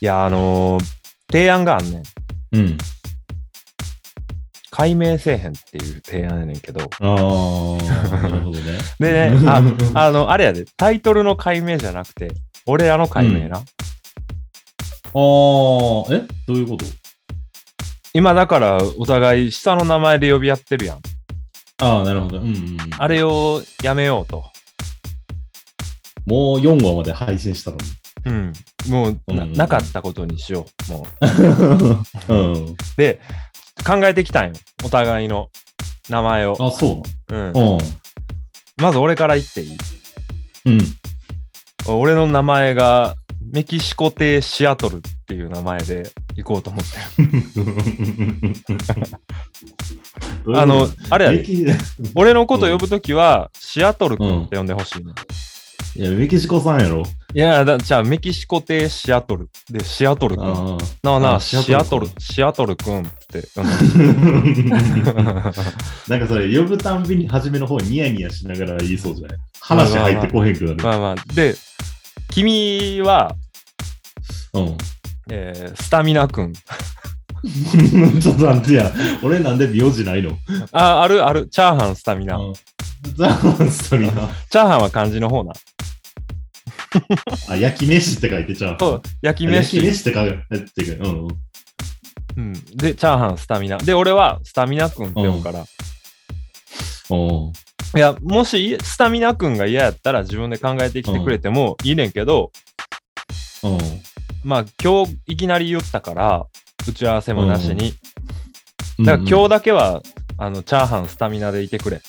いや、あのー提案があんねん。うん。解明せえへんっていう提案やねんけど。ああ、なるほど ね。で ね、ああの、あれやで、タイトルの解明じゃなくて、俺らの解明あな。あ、えどういうこと今だから、お互い下の名前で呼び合ってるやん。ああ、なるほど。うん、うん。あれをやめようと。もう4話まで配信したのに。うん。もう、なうんなかったことにしよう。も う。うん。で、考えてきたんよ。お互いの名前を。あ、そうう。んなのまず俺から言っていいうん。うん。俺の名前がメキシコ亭シアトルっていう名前で行こうと思ってる。あの、あれやメで、キ、い俺のこと呼ぶときは、シアトル君うんって呼んでほしいね。や、メキシコさんやろ。いやだ、じゃあメキシコ亭シアトル。で、シアトル君。あなあなあ、あシシアアトトルル、シアトル君って呼んで あ。ほしい。 なんかそれ、呼ぶたんびに初めの方ニヤニヤしながら言いそうじゃない話入ってこへんくなまる。あまあ、で、君は、うえースタミナ君。ん。 ちょっと待ってや。俺なんで名字ないのあ、あるある、チャーハンスタミナ。うんザーストリーな。チャーハンは漢字の方な。あ、焼き飯って書いてちゃう。そう、焼き焼飯き。飯って書いてる。うんうん。うん、で、チャーハン、スタミナ。で、俺はスタミナ君って呼ぶから。おーいや、もしスタミナ君が嫌やったら自分で考えてきてくれてもいいねんけど、うん。まあ今日いきなり言ったから、打ち合わせもなしに。うんだから今日だけは、あの、チャーハン、スタミナでいてくれ。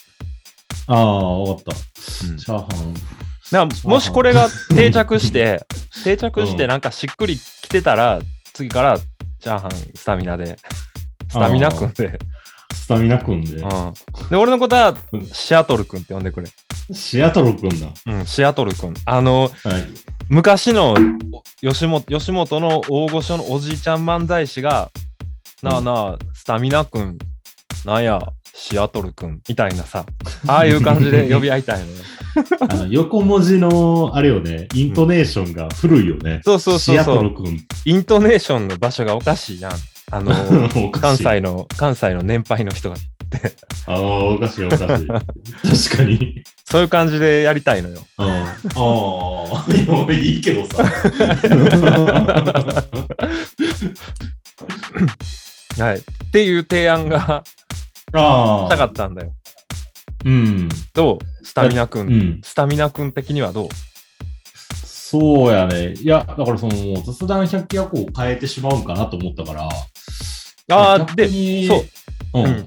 ああ、わかった。うんチャーハン。だからもしこれが定着して、定着してなんかしっくりきてたら、次からチャーハン、スタミナで。スタミナ君で。スタミナ君で。うん。で、俺のことはシアトル君って呼んでくれ。シアトル君だ。うん、シアトル君。あの、はい。昔の吉本吉本の大御所のおじいちゃん漫才師が、なあなあ、スタミナくん、なんや、シアトルくん、みたいなさ、ああいう感 じで呼び合いたいのよ。あの横文字の、あれよね、イントネーションが古いよね。そうそうそうシアそトう、ル君。イントネーションの場所がおかしいやん。あの、 おか関しい。西の、関西の年配の人が。ああ、おかしい、おかしい。確かに。そういう感じでやりたいのよ。ああー。いや俺いいけど さ。はい。っていう提案があしたかあ。ったんだよ。うん。どうスタミナく。うんん。スタミナくん的にはどうそうやね。いや、だからその、もう雑談百鬼夜行を変えてしまうんかなと思ったから。ああ、逆で、にそう。。ううんん。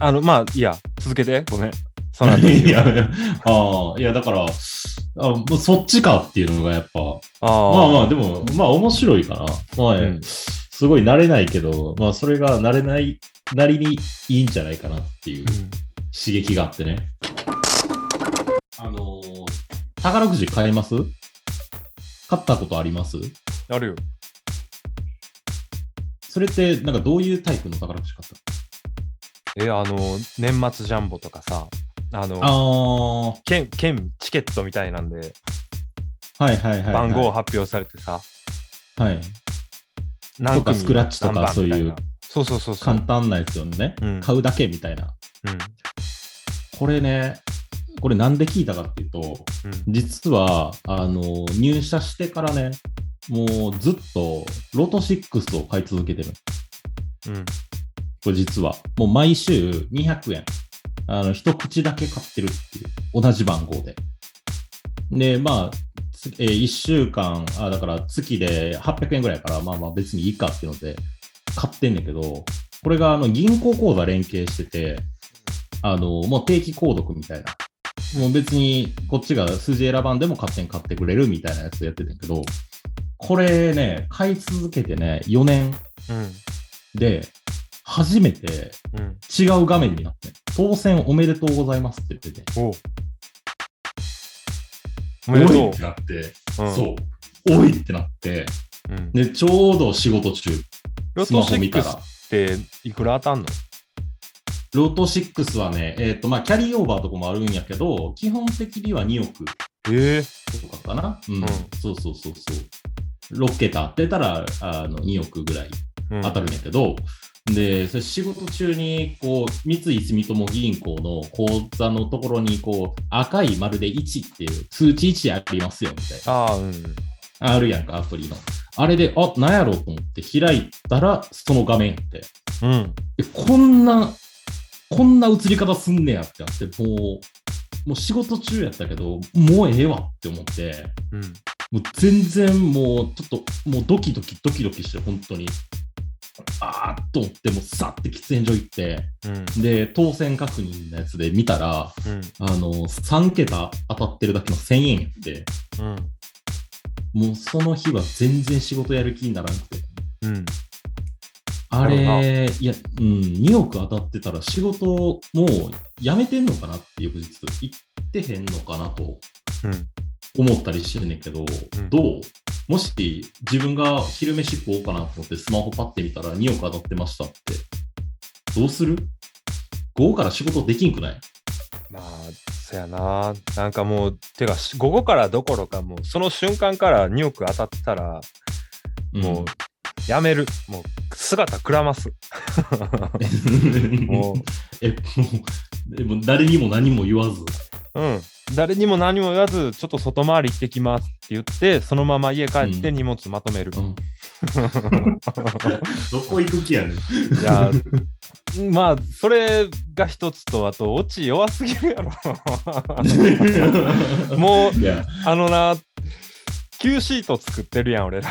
あの、まあ、いいや、続けて、ごめん。その 後いやいや、ああ、いや、だから、あもうそっちかっていうのがやっぱ、あまあまあ、あ、でも、まあ面白いかな。まあ、うんすごい慣れないけど、まあそれが慣れない、なりにいいんじゃないかなっていう刺激があってね。あのー宝くじ買います買ったことありますあるよ。それって、なんかどういうタイプの宝くじ買ったえ、あの、年末ジャンボとかさ、あの、あ券、券、チケットみたいなんで、あ、はいはいはい、はい。番号発表されてさ、はい。何組とかスクラッチとか何番みたそういうな。そうそうそうそう。簡単なやつよね。うん買うだけみたいな。うん。これね、これなんで聞いたかっていうと、うん実は、あの、入社してからね、もうずっと、ロト6を買い続けてる。うん。これ実は。もう毎週200円。あの、一口だけ買ってるっていう。同じ番号で。で、まあ、つえ1週間、あ、だから月で800円ぐらいやから、まあまあ別にいいかっていうので、買ってんだけど、これがあの、銀行口座連携してて、あの、もう定期購読みたいな。もう別にこっちが数字選ばんでも勝手に買ってくれるみたいなやつやってたけど、これね、買い続けてね、4年うん。で、初めてうん。違う画面になって、当選おめでとうございますって言ってて。おうおめでおといってなって、う。うん。そう。おいってなって、うん。で、ちょうど仕事中、ロストマホ見6たっら。ていくら当たんのロト6はね、えっ、と、まあ、キャリーオーバーとかもあるんやけど、基本的には2億ええ。とかかな。うん。んそうそうそうそう。 6桁当てたらあの2億ぐらいうん当たるんやけど、でそれ仕事中にこう三井住友銀行の口座のところにこう赤い丸で1っていう数値1ありますよみたいああ、うん。なあるやんかアプリのあれであなんやろうと思って開いたらその画面やってうん。えこんなこんな映り方すんねやってなってもうもう仕事中やったけどもうええわって思ってうん。もう全然もうちょっともうドキドキドキドキして本当にあーっと思ってもうさって喫煙所行ってうん。で当選確認のやつで見たらうん。あの3桁当たってるだけの1000円やってうん。もうその日は全然仕事やる気にならなくてうん。あなれいやうん2億当たってたら仕事もうやめてんのかなって翌日行ってへんのかなとうん。思ったりしてんねんけど、んどうもし自分が昼飯食おうかなと思ってスマホパッて見たら2億当たってましたって。どうする午後から仕事できんくないまあ、そやな。なんかもう、てか、し午後からどころか、もう、その瞬間から2億当たってたら、 もう、やめる。もう、姿くらます。うん、もう、え、もう、でも誰にも何も言わず。うん、誰にも何も言わず、ちょっと外回り行ってきますって言って、そのまま家帰ってうん荷物まとめる。うんどこ行く気やねん。い や、まあ、それが一つと、あと、オチ弱すぎる やろ。 もう、 いや、あのな、Q シート作ってるやん、俺ら。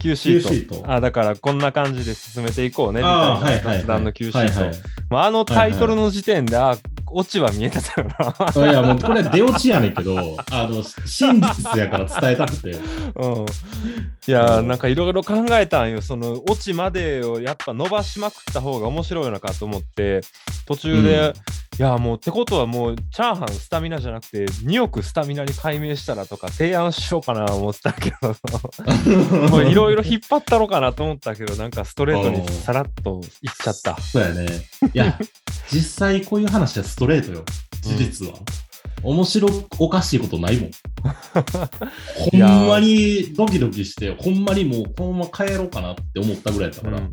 Q シ Q ーシト。ート。あだから、こんな感じで進めていこうね、みたいあーはいはいなはい雑談の Q シはいート。はい。まあ、あのタイトルの時点で、あ、オチは見えてたよ な。いや、もうこれ出落ちやねんけ ど、あの、真実やから伝えたくて。うんいやうーんなんかいろいろ考えたんよそのオチまでをやっぱ伸ばしまくった方が面白いのかと思って途中で、うんいやーもうってことはもうチャーハンスタミナじゃなくて2億スタミナに改名したらとか提案しようかな思ってたけどもういろいろ引っ張ったろかなと思ったけどなんかストレートにさらっといっちゃったそうやね。いや、実際こういう話はストレートよ。事実は。面白おかしいこと ないもん。ほんまにドキドキして、ほんまにもうこのまま帰ろうかなって思ったぐらいだから。うん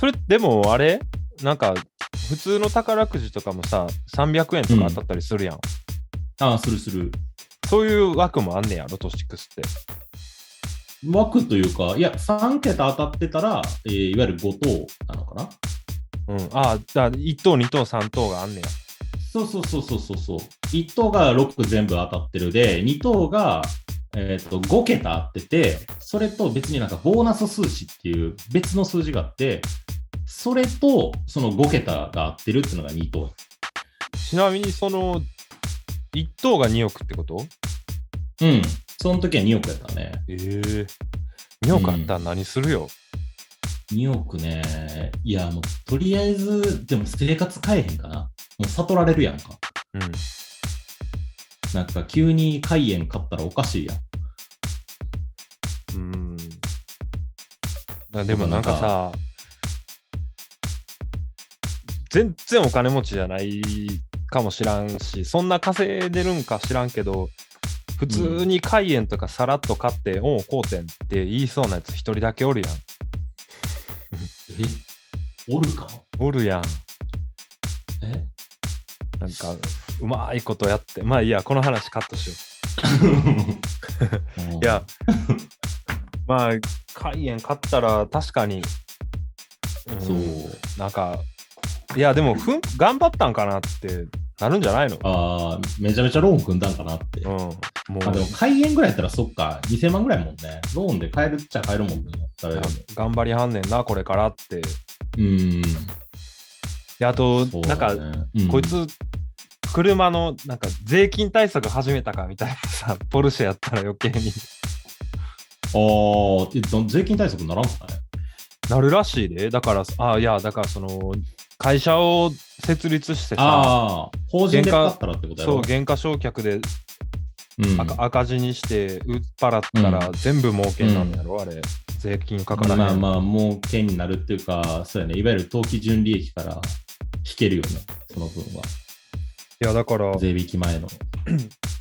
それでもあれなんか普通の宝くじとかもさ300円とか当たったりするやん、ああ、するする。そういう枠もあんねやロトシックスって。枠というか、いや、3桁当たってたら、えーいわゆる5等なのかなうん、ああ、だ1等、2等、3等があんねや。そうそうそうそうそうそう。1等が6全部当たってるで、2等が、えー、と5桁当てて、それと別になんかボーナス数字っていう別の数字があって、それとその5桁が合ってるっていうのが2等。ちなみに、その、1等が2億ってことうん。その時は2億やったね。ええ2億あったら何するよ。 2億ね。いや、もうとりあえず、でも生活変えへんかな。もう悟られるやんか。うん。なんか急に海縁買ったらおかしいやん。うん。あでもなんかさ、全然お金持ちじゃないかもしらんし、そんな稼いでるんか知らんけど、普通に海縁とかさらっと買って、おう、こうてんって言いそうなやつ一人だけおるやん。えおるかおるやん。えなんか、うまいことやって、まあいいや、この話カットしよ う。いや、まあ、海縁買ったら確かに、うんそう。なんか、いや、でもふん、頑張ったんかなってなるんじゃないのああ、めちゃめちゃローン組んだんかなって。うん。もうあ、でも、開園ぐらいやったら、そっか、2000万ぐらいやもんね。ローンで買えるっちゃ買えるもんね。誰でも頑張りはんねんな、これからって。うん。で、あと、そうなんか、だねうんこいつ、車のなんか税金対策始めたかみたいなさ、ポルシェやったら余計にああ、えど税金対策ならんかね。なるらしいで、だから、あいや、だからその、会社を設立してさ、ああ、法人で買ったらってことやそう、ろ。原価償却でうん赤,、赤字にして、売っ払ったら全部儲けになんやろ、あれ。税金かからない。まあまあ、もう権になるっていうか、そうやね、いわゆる当期純利益から引けるよね、その分は。いや、だから、税引き前の。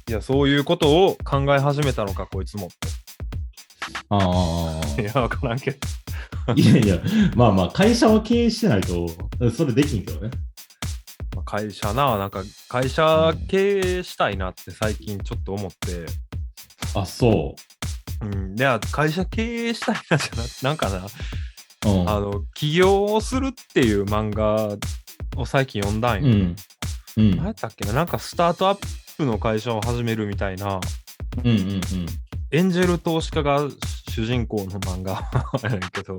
いや、そういうことを考え始めたのか、こいつも。ああ。 いや、わからんけど。いやい や、まあまあ、会社を経営してないと、それできんけどね。まあ会社な、なんか会社経営したいなって最近ちょっと思って。あ、そうん、で会社経営したいなじゃなくて、 なんかう。な、うん。あの、起業をするっていう漫画を最近読んだんうよ。ん。うん。うん何やったっけな、なんかスタートアップの会社を始めるみたいな、うんうんうん。エンジェル投資家が主人公の漫画 やねんけど、い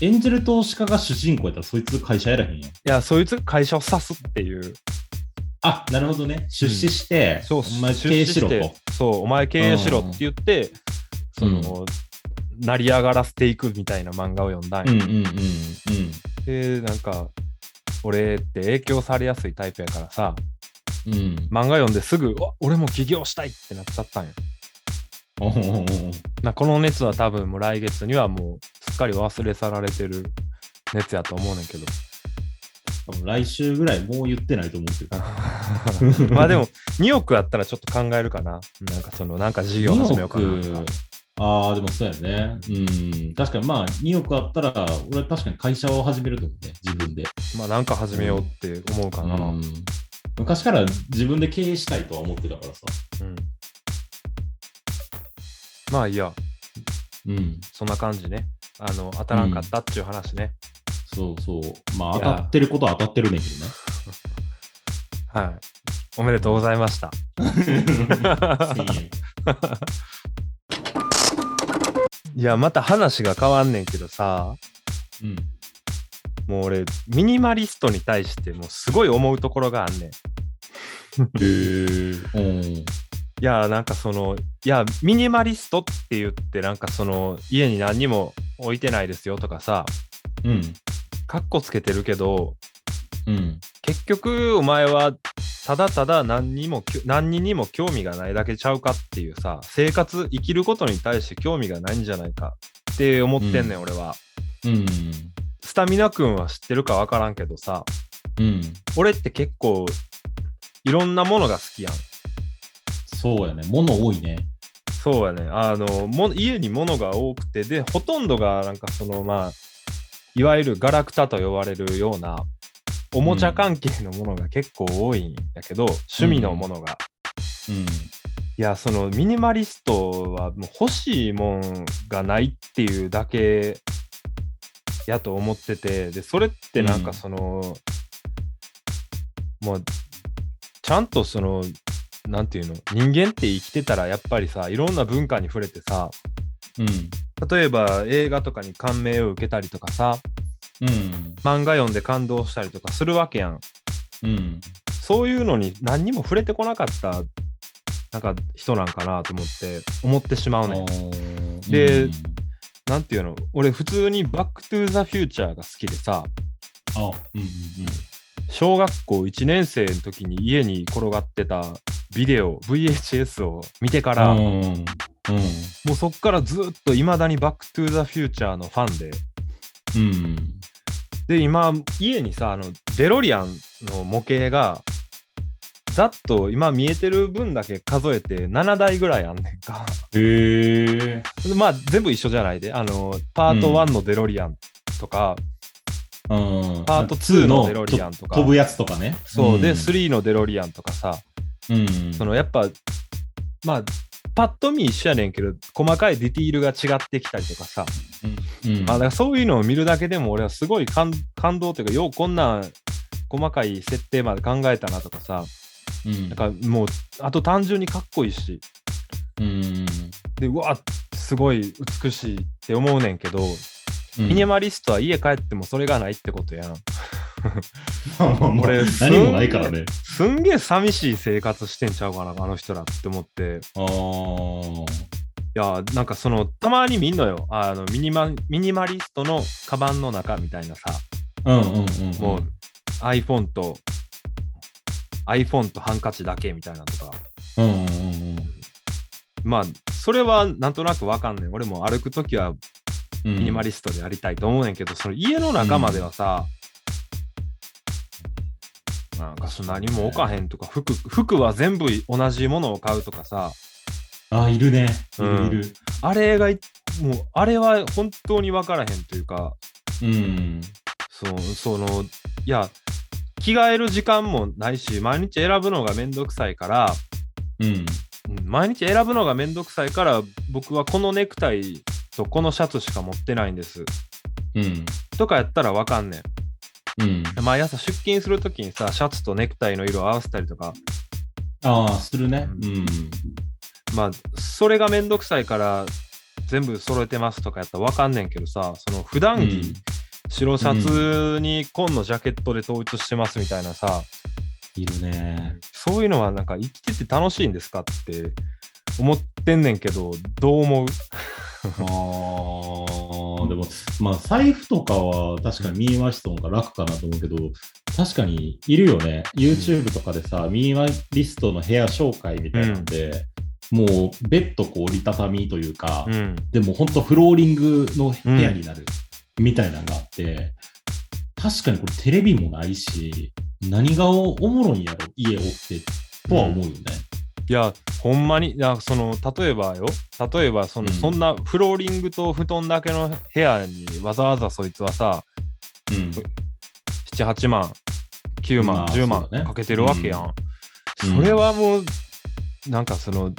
エンジェル投資家が主人公やったら、そいつ会社やらへんやん。や、そいつが会社を指すっていう、あ、なるほどね。出資して、そう、お前経営しろ出資とて。そう、お前経営しろって言って、その、成り上がらせていくみたいな漫画を読んだんうんようんうんうん。で、なんか、俺って影響されやすいタイプやからさ、うん。漫画読んですぐ、うわ俺も起業したいってなっちゃったんよ。おほほほなこの熱は多分もう来月にはもうすっかり忘れ去られてる熱やと思うね んけど。多分来週ぐらいもう言ってないと思うけど。 まあでも、2億あったらちょっと考えるかな。なんかその、なんか事業始めようかなと2か億。ああ、でもそうやね。うん。確かにまあ、2億あったら、俺は確かに会社を始めると思うね。自分で。まあなんか始めようって思うかな。う。うんん昔から自分で経営したいとは思ってたからさ。まあいいや、うん。そんな感じね。あの、当たらんかったっていう話ね。そうそう。まあ、い当やたってることは当たってるねんけどね。はい。おめでとうございました。 いや、また話が変わんねんけどさ、うん。もう俺、ミニマリストに対してもうすごい思うところがあんねん。いへえ。や、なんかその、いや、ミニマリストって言って、なんかその、家に何にも置いてないですよとかさ、うん。カッコつけてるけど、うん。結局お前はただただ何にもきょ何にも興味がないだけちゃうかっていうさ生活生きることに対して興味がないんじゃないかって思ってんねん、俺はうん。スタミナ君は知ってるか分からんけどさうん。俺って結構いろんなものが好きやんそうやね。物多いね。そうやねあのも家に物が多くてでほとんどがなんかそのまあいわゆるガラクタと呼ばれるようなおもちゃ関係のものが結構多いんやけど、趣味のものが、うん。いや、そのミニマリストはもう欲しいもんがないっていうだけやと思ってて、で、それってなんうかんその、もう、ちゃんとその、なんていうの、人間って生きてたらやっぱりさ、いろんな文化に触れてさ、うん。例えば映画とかに感銘を受けたりとかさ、うん。漫画読んで感動したりとかするわけやん。うん。そういうのに何にも触れてこなかった、なんか人なんかなと思って、思ってしまうねん。ーでうんなんていうの俺普通にバックトゥーザフューチャーが好きでさあ、うんうん小学校1年生の時に家に転がってたビデオ VHS を見てから、うもん。うん。うそっからずっといまだにバックトゥーザフューチャーのファンでうん。で今家にさあのデロリアンの模型がざっと今見えてる分だけ数えて7台ぐらいあんねんか へえ。まあ全部一緒じゃないであのパート1のデロリアンとか、うん。パート2のデロリアンとか飛ぶやつとかね。そうで、ん、 3のデロリアンとかさ、うん。そのやっぱまあパッと見一緒やねんけど細かいディティールが違ってきたりとかさ、うん。まあ、だからそういうのを見るだけでも俺はすごい感感動というかようこんなん細かい設定まで考えたなとかさうん。なんかもうあと単純にかっこいいしうん。でうわすごい美しいって思うねんけど、ミニママリストは家帰ってもそれがないってことやん俺俺、何もないからね。すんげえ寂しい生活してんちゃうかなあの人らって思ってああ。いやーなんかそのたまに見んのよあのミニマミニマリストのカバンの中みたいなさうんうんうん。もう iPhone と iPhone とハンカチだけみたいなとかうん。うんうんまあそれはなんとなくわかんねん俺も歩くときはうん。ミニマリリストでやりたいと思うねんけど、その家の中まではさ、なんかその何も置かへんとか服服は全部同じものを買うとかさあ、いるね。いるいる。あれがいもうあれは本当に分からへんというかうん。そうそのいや着替える時間もないし毎日選ぶのがめんどくさいからうん。うん毎日選ぶのがめんどくさいから僕はこのネクタイとこのシャツしか持ってないんですうん。とかやったら分かんねんうん。毎朝出勤するときにさシャツとネクタイの色を合わせたりとかああ、するね。ううん。まあそれがめんどくさいから全部揃えてますとかやったら分かんねんけどさその普段着、うん白シャツに紺のジャケットで統一してますみたいなさ、いる ね。そういうのはなんか生きてて楽しいんですかって思ってんねんけどどう思うああ、でも、まあ、財布とかは確かにミーワイストンが楽かなと思うけど、確かにいるよね。YouTube とかでさ、ミーワリストの部屋紹介みたいなんで、もうベッドこう折りたたみというか、うんでも本当フローリングの部屋になるみたいなのがあって、確かにこれテレビもないし、何がおおもろいんやろ、家をって、とは思うよね。いやほんまにいやその例えばよ例えばそうの、んそんなフローリングと布団だけの部屋にわざわざそいつはさうん。 78万9ま万あ10万そうだねかけてるわけやん、うんそれはもうなんかその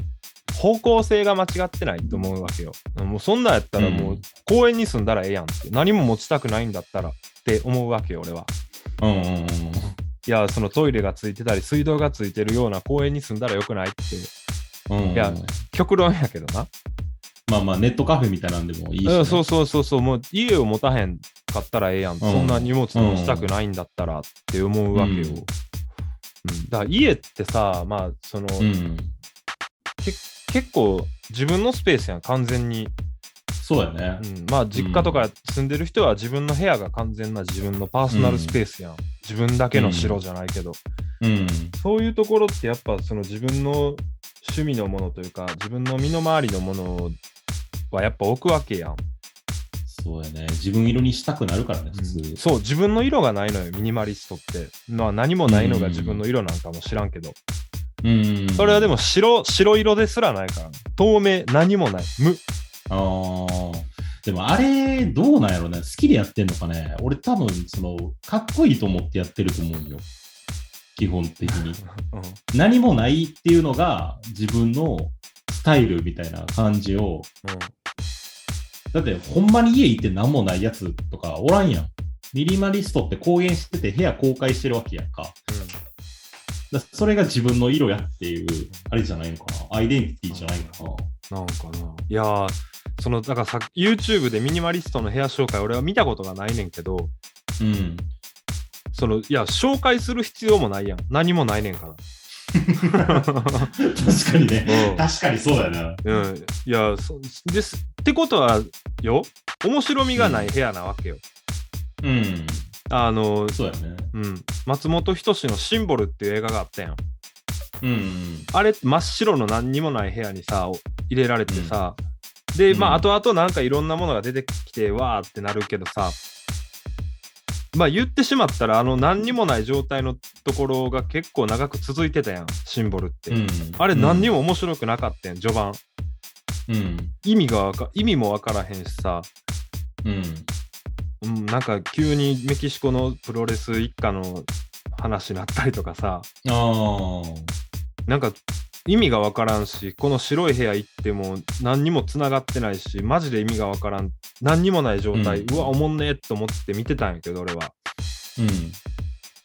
方向性が間違ってないと思うわけよもうそんなんやったらもううん公園に住んだらええやんって何も持ちたくないんだったらって思うわけよ俺はうんうんうんうん。いやそのトイレがついてたり水道がついてるような公園に住んだらよくないってうんうんいや極論やけどなまあまあ、ネットカフェみたいなんでもいいしね、うん、そうそうそうそう、もう家を持たへんかったらええやん、そんな荷物持ちたくないんだったらって思うわけよ。うんうんだから家ってさ、まあその、うん。結構自分のスペースやん、完全に。そうやねう。ん、まあ実家とか住んでる人は自分の部屋が完全な自分のパーソナルスペースやん。自分だけの城じゃないけど、うん。そういうところってやっぱその自分の趣味のものというか、自分の身の回りのものはやっぱ置くわけやん。そうやね。自分色にしたくなるからね、普通。そう自分の色がないのよミニマリストって、まあ、何もないのが自分の色なんかも知らんけど、うん。それはでも。も白白色ですらないから透明何もない無ああ。でもあれ、どうなんやろね。好きでやってんのかね。俺多分、その、かっこいいと思ってやってると思うよ。基本的に。何もないっていうのが自分のスタイルみたいな感じを。だって、ほんまに家行って何もないやつとかおらんやん。ミリマリストって公言してて部屋公開してるわけやんか。だそれが自分の色やっていう、あれじゃないのかな、アイデンティティじゃないのかな。うん、うん、なんかないやーそのだからさ YouTube でミニマリストの部屋紹介俺は見たことがないねんけどうん。そのいや紹介する必要もないやん何もないねん から確かにね。うん確かにそうだな。うん、いやそですってことはよ面白みがない部屋なわけよ、うん。あのそうだよね。うん、松本人志の「シンボル」っていう映画があったやんうん。あれ真っ白の何にもない部屋にさお入れられてさ、でまあうん後々なんかいろんなものが出てきてわーってなるけどさまあ言ってしまったらあの何にもない状態のところが結構長く続いてたやんシンボルって、うん、あれ何にも。も面白くなかったやん序盤うん。意味がわか意味もわからへんしさ、うん。うん、なんか急にメキシコのプロレス一家の話になったりとかさああ。なんか意味がわからんし、この白い部屋行っても何にもつながってないし、マジで意味がわからん、何にもない状態、ううんわ、おもんねえと思って見てたんやけど、俺は。うん。い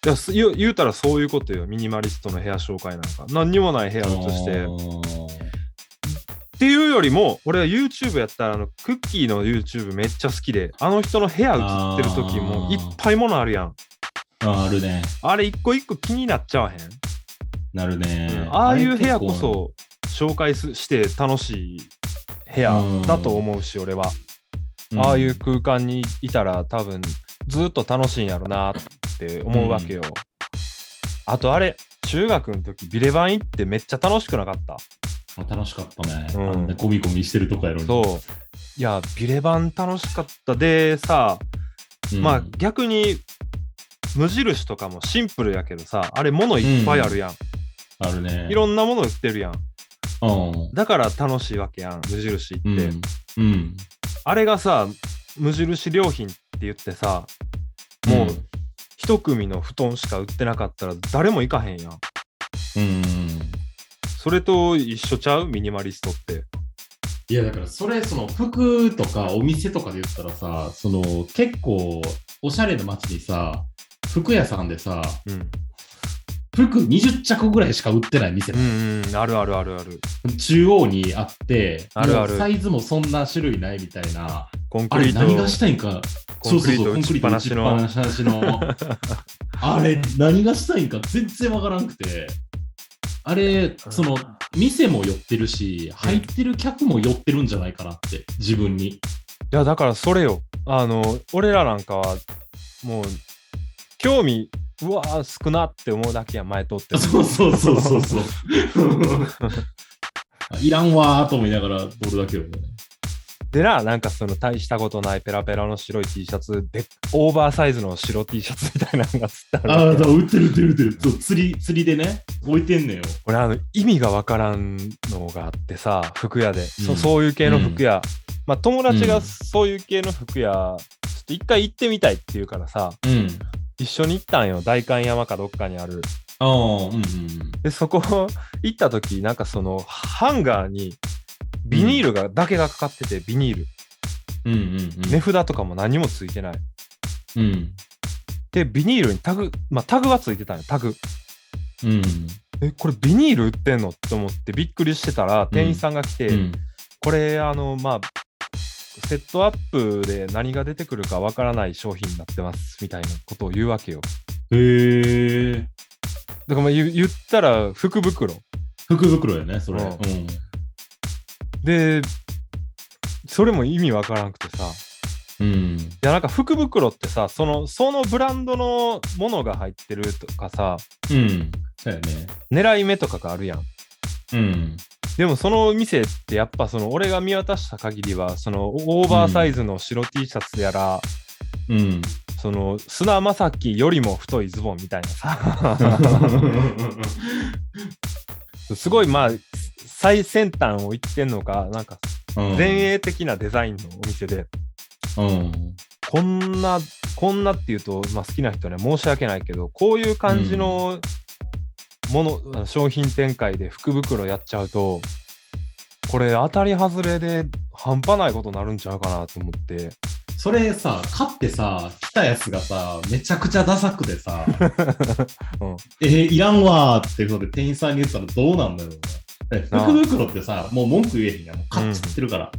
やす言う言うたらそういうことよ、ミニマリストの部屋紹介なんか。何にもない部屋を映して。っあていうよりも、俺は YouTube やったら、あの、クッキーの YouTube めっちゃ好きで、あの人の部屋映ってる時もいっぱいものあるやん。ーあるね。あれ一個一個気になっちゃわへん。なるね。ああいう部屋こあれ結構。そ紹介すして楽しい部屋だと思うし俺は、んああいう空間にいたら多分ずっと楽しいんやろなって思うわけよ、あとあれ中学の時ビレバン行ってめっちゃ楽しくなかった楽しかったね。うんあんなゴミゴミしてるとこやろにそういやビレバン楽しかったでさ、うんまあ逆に無印とかもシンプルやけどさあれ物いっぱいあるやん、あるね。いろんなもの売ってるやんうん。だから楽しいわけやん無印行って、うん。うん。あれがさ、無印良品って言ってさ、もう一組の布団しか売ってなかったら誰も行かへんやん。うん、うんそれと一緒ちゃうミニマリストって。いやだからそれその服とかお店とかで言ったらさその結構おしゃれな街にさ服屋さんでさうん。服20着ぐらいしか売ってない店、うんうん。あるあるあるある。中央にあってあるあるもうサイズもそんな種類ないみたいなコンあクれリート。何がしたいんかコンクリート打ちっぱなしコンのクリート打ちっぱなしの あれ何がしたいんか全然わからんくてあれその店も寄ってるし入ってる客も寄ってるんじゃないかなって自分にいやだからそれよあの俺らなんかはもう興味うわー少なって思うだけやん前通ってそうそうそうそうそう。 いらんわーと思いながら撮るだけよね。でななんかその大したことないペラペラの白い T シャツでオーバーサイズの白 T シャツみたいなのがつってあるああ、わだけからよ売ってる売ってる売ってる。そう釣り、釣りでね、置いてんねんよ。俺あの意味がわからんのがあってさ服屋で、そうんそういう系の服屋、まあ友達うがんそういう系の服屋ちょっと一回行ってみたいっていうからさうん。一緒に行ったんよ代官山かどっかにあるああ、うんうんで、そこ行った時、なんかそのハンガーにビニールが、だけがかかってて、ビニール。うん。うんうんうん。値札とかも何もついてない。うん。で、ビニールにタグ、まあタグはついてたんよ、タグ。うん。え、これビニール売ってんのって思ってびっくりしてたら、店員さんが来て、うん。これ、あの、まあ、セットアップで何が出てくるかわからない商品になってます、みたいなことを言うわけよ。へえ。だからまあ言言ったら、福袋。福袋やね、それ。うんうん。で、それも意味わからんくてさ。うん。いやなんか福袋ってさそのそのブランドのものが入ってるとかさうん。そうやね。狙い目とかがあるやんうん。でもその店ってやっぱその俺が見渡した限りはそのオーバーサイズの白 T シャツやら、うん。その砂まさきよりも太いズボンみたいなさ すごいまあ最先端を行ってんのかなんかうん前。衛的なデザインのお店で、うん。こんな、こんなっていうと、まあ、好きな人ね、申し訳ないけど、こういう感じのもの、あの商品展開で福袋やっちゃうと、これ当たり外れで半端ないことになるんちゃうかなと思って。それさ、買ってさ、来たやつがさ、めちゃくちゃダサくて さ、うんえーいらんわーってことで店員さんに言ったらどうなんだろうな。えなあ福袋ってさ、もう文句言えへんやん。もう買っちゃってるから。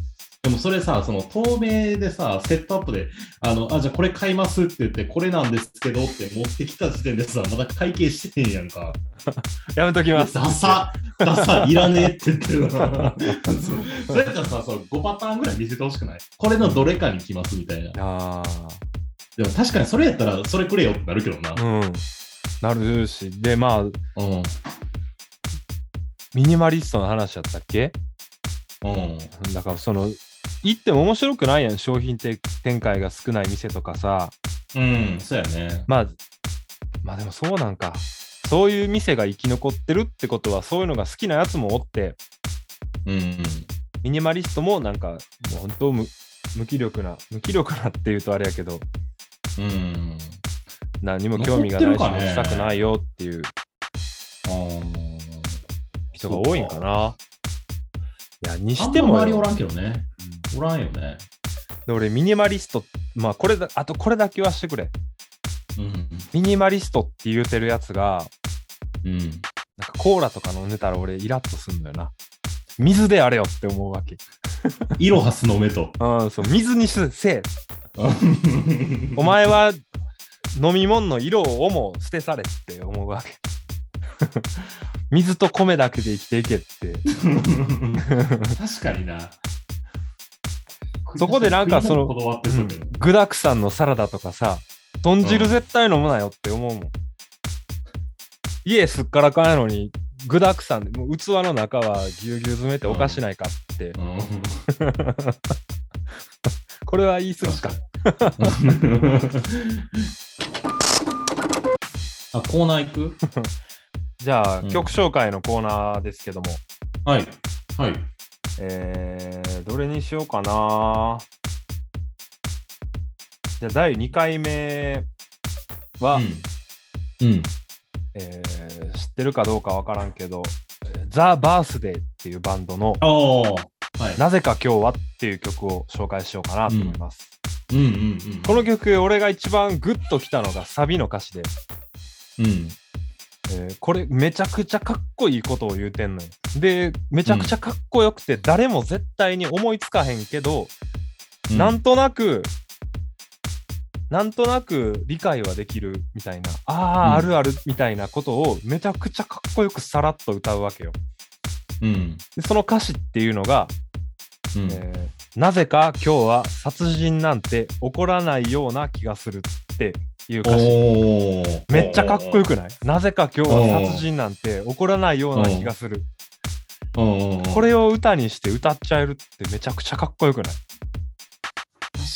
でもそれさ、その透明でさ、セットアップで、あの、あ、じゃあこれ買いますって言って、これなんですけどって持ってきた時点でさ、まだ会計してへんやん か。やめときダます。サダサいらねえって言って るな。それからさ、その5パターンぐらい見せてほしくないこれのどれかに来ますみたいな。あでも確かにそれやったら、それくれよってなるけどなあ、。うん。なるし、で、まあ、うん。ミニマリストの話やったっけうん。だから、その、行っても面白くないやん、商品て展開が少ない店とかさ。うん、そうやね。まあ、まあでもそうなんか。そういう店が生き残ってるってことは、そういうのが好きなやつもおって、うんうん。ミニマリストもなんか、もう本当無、無気力な、無気力なっていうとあれやけど、うん。何も興味がないし、残ってるかねしたくないよっていうあー人が多いんかな。いや、にあしんてまも周りよ、おらんけどね。うんおらんよね。で俺、ミニマリスト、まあ、これだ、あとこれだけはしてくれ。うん。ミニマリストって言うてるやつが、うん。なんかコーラとか飲んでたら俺、イラッとすんのよな。水であれよって思うわけ。イロハスの目と。うん、そう、水にすせえうん お前は飲み物の色をも捨てされって思うわけ。 水と米だけで生きていけって。確かにな。そこでなんかそのこだわってそうやけど具だくさんのサラダとかさ、豚汁絶対飲むなよって思うもん。家すっからかんやのに、具だくさんで、もう器の中はぎゅうぎゅう詰めておかしないかって、うんこれは言い過ぎか。 あ、コーナー行くじゃあ、うん曲紹介のコーナーですけども、はい。はい。えー、どれにしようかなじゃあ第2回目は、うん。うん。えー知ってるかどうかわからんけど、ザ・バースデーっていうバンドの、ああ。はい。なぜか今日はっていう曲を紹介しようかなと思います。うんうんうん。この曲、俺が一番グッときたのがサビの歌詞で、うん。えーこれめちゃくちゃかっこいいことを言うてんのよ。で、めちゃくちゃかっこよくて、誰も絶対に思いつかへんけど、うんなんとなく、なんとなく理解はできるみたいな、ああ、あうんるあるみたいなことをめちゃくちゃかっこよくさらっと歌うわけよ。うん。でその歌詞っていうのが、うん。えーなぜか今日は殺人なんて起こらないような気がするっていう歌詞。おお。めっちゃかっこよくないなぜか今日は殺人なんて起こらないような気がする。おーこれを歌にして歌っちゃえるってめちゃくちゃかっこよくない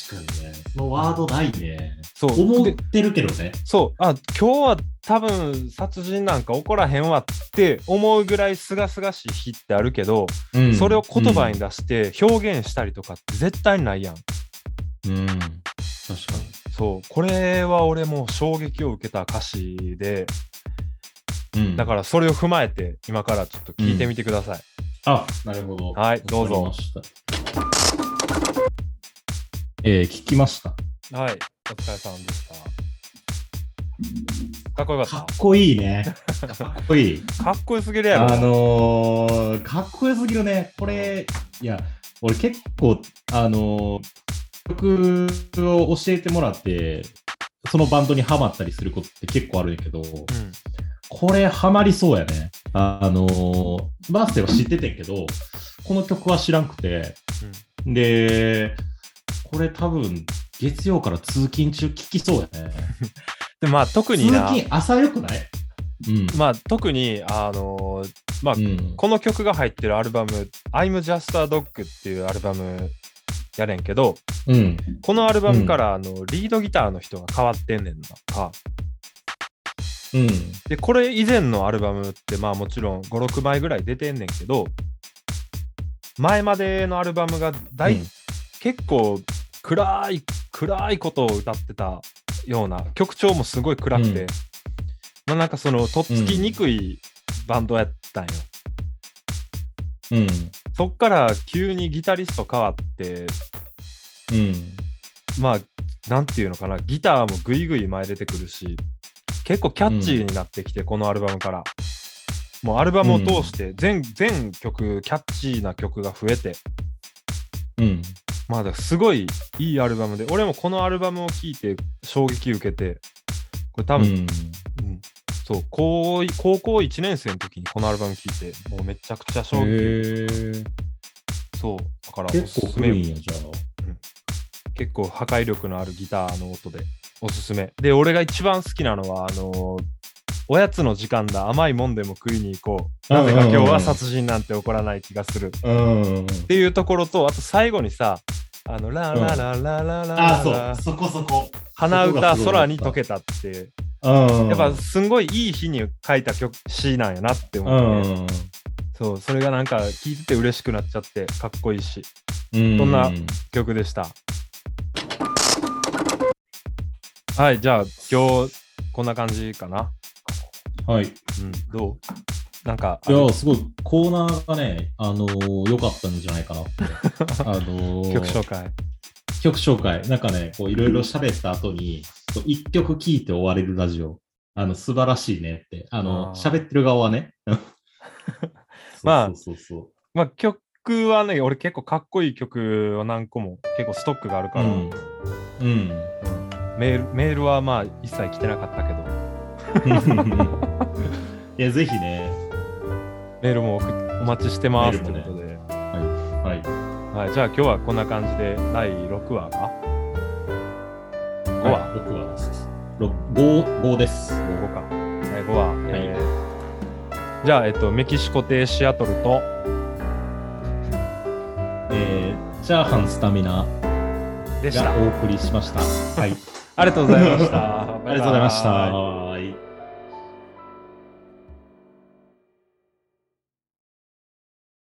確かにね。そのワードないね。そう。思っでてるけどね。そう。あ、今日は多分殺人なんか起こらへんわって思うぐらい清々しい日ってあるけど、うんそれを言葉に出して表現したりとかって絶対ないやん。うん。うん確かそう。これは俺もう衝撃を受けた歌詞で、に。うんだからそれを踏まえて今からちょっと聞いてみてください。あ、なるほど。はいどうぞわかりました。えー、聞きました。はい。お疲れ様でした。かっこよかかっっこいい ね。かっこいい。た。かっこよすぎるやろ。あのー、かっこよすぎるね。これ、いや、俺結構、あのー、曲を教えてもらって、そのバンドにハマったりすることって結構あるんやけど、うん。これハマりそうやね。あ、あのーバースデーは知っててんけど、この曲は知らんくて、で、これ多分、月曜から通勤中聴きそうやね。で、まあ特通にな、勤朝よくないうん。まあ特に、あのーまあ、うんこの曲が入ってるアルバム、I'm Just a Dog っていうアルバムやねんけど、うん。このアルバムから、あのリードギターの人が変わってんねんな。あうん。で、これ以前のアルバムって、まあもちろん5、6枚ぐらい出てんねんけど、前までのアルバムが大うん結構暗い暗いことを歌ってたような曲調もすごい暗くて、うんまあなんかそのとっつきにくいバンドやったんよ、うん。そっから急にギタリスト変わってうん。まあなんていうのかなギターもぐいぐい前出てくるし結構キャッチーになってきて、このアルバムからもうアルバムを通して全,、全曲キャッチーな曲が増えてうん。まあだからすごいいいアルバムで俺もこのアルバムを聴いて衝撃受けてこれ多分、うんそう高い高校1年生の時にこのアルバム聴いてもうめちゃくちゃうん。衝へ撃ーそうだからお結す構すめ古よいんや、じゃあ。結構破壊力のあるギターの音でおすすめで俺が一番好きなのはあのーおやつの時間だ甘いもんでも食いに行こうなぜか今日は殺人なんて起こらない気がするっうん。ていうところとあと最後にさあのラララララララあ、ラそう。そこそこ。花そ歌こが空すにごか溶ったけたってうん。やっぱすんごいいい日に書いた曲詩なんやなってう思って、ん。そうそれがなんか聴いてて嬉しくなっちゃってかっこいいしうん。そんな曲でしたはいじゃあ今日こんな感じかなはい。いうんどうなんかあるや、すごい、コーナーがね、あのー、良かったんじゃないか なって。あのー、曲紹介曲紹介。なんかね、こう、いろいろ喋った後に、こう一曲聴いて終われるラジオ。あの、素晴らしいねって。あの、あー喋ってる側は ね。まあそうそうそうまあ曲はね俺結構かっこいい曲を何個も結構ストックがあるそかう。ら、うん。 うん。メールメールはまあ一切来てなかったけどいや、ぜひね。メールも送っお待ちしてますとメーいうルもねことで、はい。はい、じゃあ今日はこんな感じで第6話か5は話、 6話です。六五五です。 5か、はい、5話、いえーじゃあ、えっと、メキシコ亭シアトルとえー、チャーハンスタミナでしたがお送りしました。はい。ありがとうございまし たありがとうございました。バイバイはい